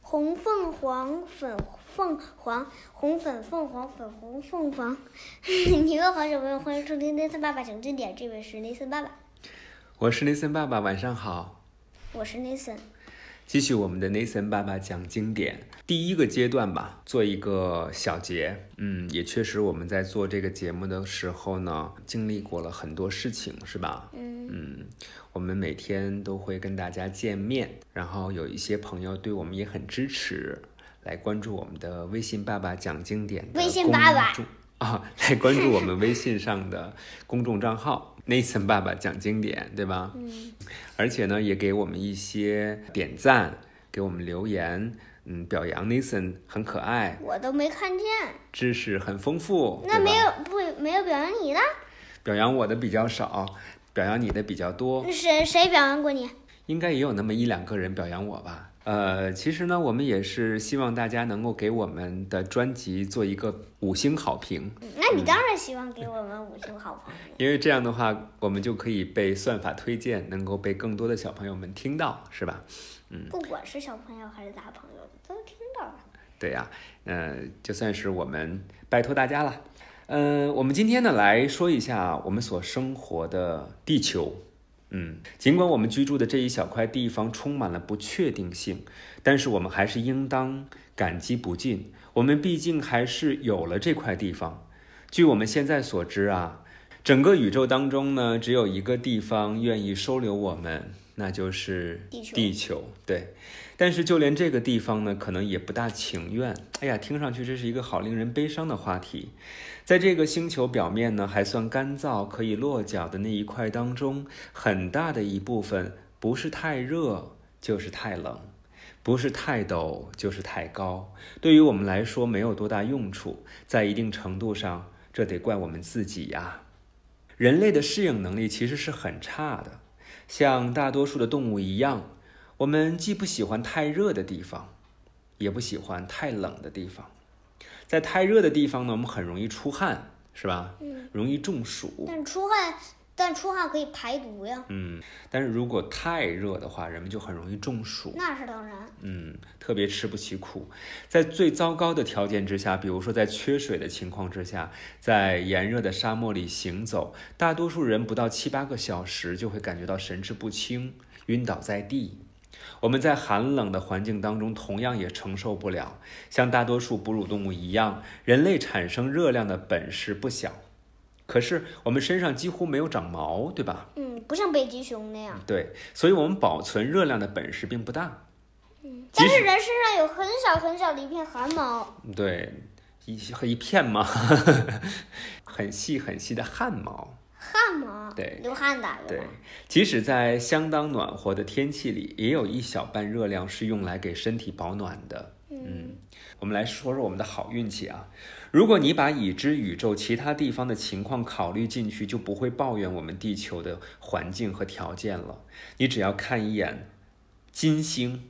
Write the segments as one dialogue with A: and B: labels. A: 红凤凰，粉凤凰，红粉凤凰，粉红凤凰。 你们好，小朋友，欢迎收听内森爸爸讲经典，这位是内森爸爸，
B: 我是 Nathan 爸爸，晚上好。
A: 我是内森。
B: 继续我们的 Nathan 爸爸讲经典，第一个阶段吧，做一个小结。嗯，也确实我们在做这个节目的时候呢，经历过了很多事情，是吧？
A: 嗯
B: 嗯，我们每天都会跟大家见面，然后有一些朋友对我们也很支持，来关注我们的微信爸爸讲经典的
A: 微信爸爸
B: 公众啊，来关注我们微信上的公众账号 Nathan 爸爸讲经典，对吧？
A: 嗯，
B: 而且呢，也给我们一些点赞，给我们留言，嗯，表扬 Nathan 很可爱，
A: 我都没看见，
B: 知识很丰富，
A: 那
B: 对吧
A: 没有不没有表扬你的，
B: 表扬我的比较少，表扬你的比较多，
A: 谁谁表扬过你？
B: 应该也有那么一两个人表扬我吧。呃，其实呢，我们也是希望大家能够给我们的专辑做一个五星好评，
A: 嗯那你当然希望给我们五星好评。
B: 因为这样的话，我们就可以被算法推荐，能够被更多的小朋友们听到，是吧？嗯
A: 不管是小朋友还是大朋友，都听到了。
B: 对呀、呃，就算是我们拜托大家了。嗯、我们今天呢来说一下我们所生活的地球。嗯，尽管我们居住的这一小块地方充满了不确定性，但是我们还是应当感激不尽。我们毕竟还是有了这块地方。据我们现在所知啊，整个宇宙当中呢，只有一个地方愿意收留我们，那就是
A: 地球
B: 地球对。但是就连这个地方呢，可能也不大情愿。哎呀，听上去这是一个好令人悲伤的话题。在这个星球表面呢，还算干燥、可以落脚的那一块当中，很大的一部分不是太热就是太冷，不是太陡就是太高。对于我们来说没有多大用处，在一定程度上，这得怪我们自己呀、人类的适应能力其实是很差的，像大多数的动物一样。我们既不喜欢太热的地方，也不喜欢太冷的地方。在太热的地方呢，我们很容易出汗，是吧？
A: 嗯，
B: 容易中暑。
A: 但出汗，但出汗可以排毒呀，
B: 嗯，但是如果太热的话，人们就很容易中暑。
A: 那是当然。
B: 嗯，特别吃不起苦。在最糟糕的条件之下，比如说在缺水的情况之下，在炎热的沙漠里行走，大多数人不到七八个小时就会感觉到神志不清，晕倒在地。我们在寒冷的环境当中，同样也承受不了。像大多数哺乳动物一样，人类产生热量的本事不小，可是我们身上几乎没有长毛，对吧？
A: 嗯，不像北极熊那样，
B: 对，所以我们保存热量的本事并不大。嗯即
A: 但
B: 使
A: 是人身上有很小很小的一片汗毛。
B: 对，一一片嘛， 很细很细的汗毛。
A: 汗毛，
B: 对
A: 流汗的，
B: 对
A: 吧？，
B: 即使在相当暖和的天气里，也有一小半热量是用来给身体保暖的。
A: 嗯，
B: 我们来说说我们的好运气啊！如果你把已知宇宙其他地方的情况考虑进去，就不会抱怨我们地球的环境和条件了。你只要看一眼金星，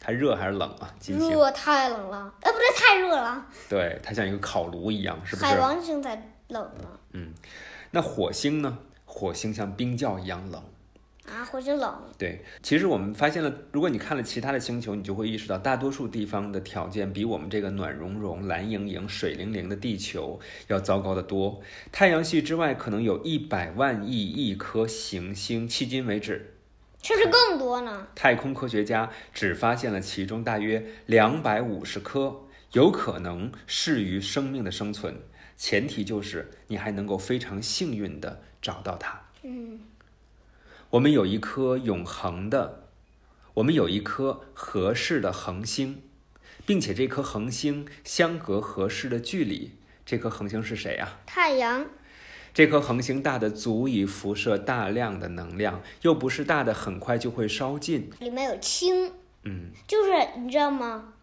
B: 它热还是冷啊？金星。
A: 热太冷了，哎，不对，太热了，
B: 对，它像一个烤炉一样，是不是
A: 海？王星才冷呢。
B: 那火星呢？火星像冰窖一样冷。
A: 啊，火星冷，
B: 对，其实我们发现了，如果你看了其他的星球，你就会意识到，大多数地方的条件比我们这个暖融融、蓝盈盈、水灵灵的地球要糟糕得多。太阳系之外，可能有一百万亿亿颗行星，迄今为止
A: 甚至更多呢。
B: 太空科学家只发现了其中大约两百五十颗，有可能适于生命的生存，前提就是你还能够非常幸运地找到它。
A: 嗯，
B: 我们有一颗永恒的，我们有一颗合适的恒星，并且这颗恒星相隔合适的距离。这颗恒星是谁啊？
A: 太阳，
B: 这颗恒星大的足以辐射大量的能量，又不是大的很快就会烧尽。
A: 里面有氢，
B: 嗯，
A: 就是你知道吗？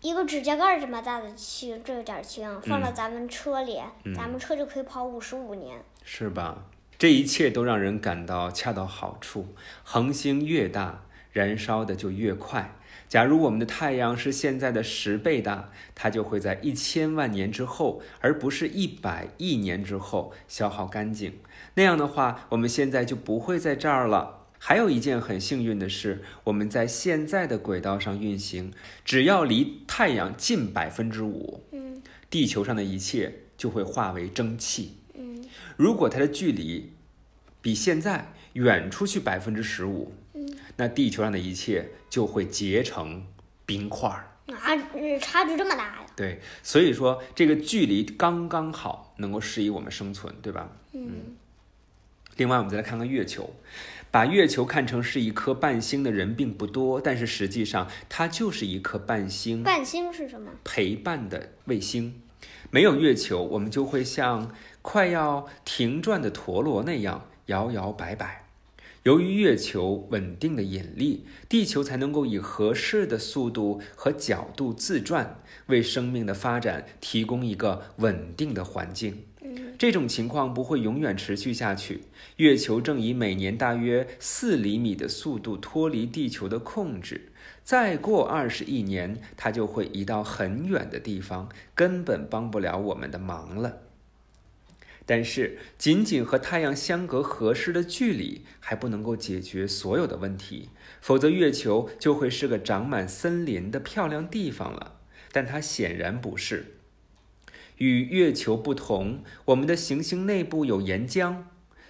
A: 一个指甲盖儿这么大的氢，这有点氢，
B: 嗯
A: 放到咱们车里，咱们车就可以跑五十五年。
B: 是吧？这一切都让人感到恰到好处。恒星越大，燃烧的就越快。假如我们的太阳是现在的十倍大，它就会在一千万年之后，而不是一百亿年之后消耗干净。那样的话，我们现在就不会在这儿了。还有一件很幸运的是，我们在现在的轨道上运行，只要离太阳近百分之五，
A: 嗯
B: 地球上的一切就会化为蒸汽。
A: 嗯
B: 如果它的距离比现在远出去百分之十五，
A: 嗯
B: 那地球上的一切就会结成冰块儿。
A: 啊，呃差距这么大呀？
B: 对，所以说这个距离刚刚好，能够适宜我们生存，对吧？
A: 嗯
B: 另外，我们再来看看月球，把月球看成是一颗半星的人并不多，但是实际上它就是一颗半星
A: 半星是什么？
B: 陪伴的卫星。没有月球，我们就会像快要停转的陀螺那样摇摇摆摆。由于月球稳定的引力，地球才能够以合适的速度和角度自转，为生命的发展提供一个稳定的环境。
A: 嗯
B: 这种情况不会永远持续下去。月球正以每年大约四厘米的速度脱离地球的控制，再过二十亿年，它就会移到很远的地方，根本帮不了我们的忙了。但是，仅仅和太阳相隔合适的距离还不能够解决所有的问题，否则月球就会是个长满森林的漂亮地方了。但它显然不是。与月球不同，我们的行星内部有岩浆。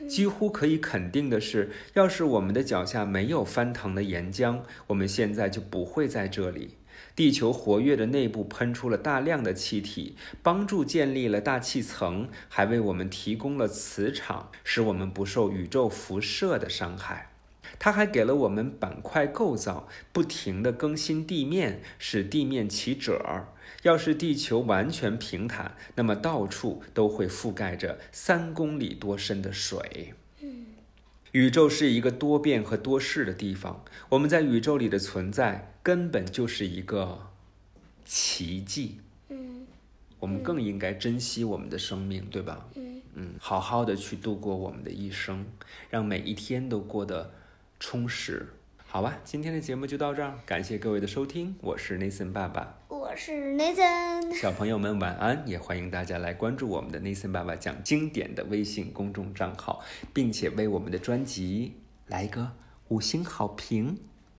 B: 几乎可以肯定的是，要是我们的脚下没有翻腾的岩浆，我们现在就不会在这里。地球活跃的内部喷出了大量的气体，帮助建立了大气层，还为我们提供了磁场，使我们不受宇宙辐射的伤害。它还给了我们板块构造，不停地更新地面，使地面起褶儿。要是地球完全平坦，那么到处都会覆盖着三公里多深的水。宇宙是一个多变和多事的地方，我们在宇宙里的存在根本就是一个奇迹。
A: 嗯
B: 我们更应该珍惜我们的生命，对吧？
A: 嗯
B: 嗯，好好的去度过我们的一生，让每一天都过得充实。好吧，今天的节目就到这儿，感谢各位的收听，我是 Nathan 爸爸。
A: 我是 Nathan，
B: 小朋友们晚安，也欢迎大家来关注我们的 Nathan 爸爸讲经典的微信公众账号，并且为我们的专辑来一个五星好评，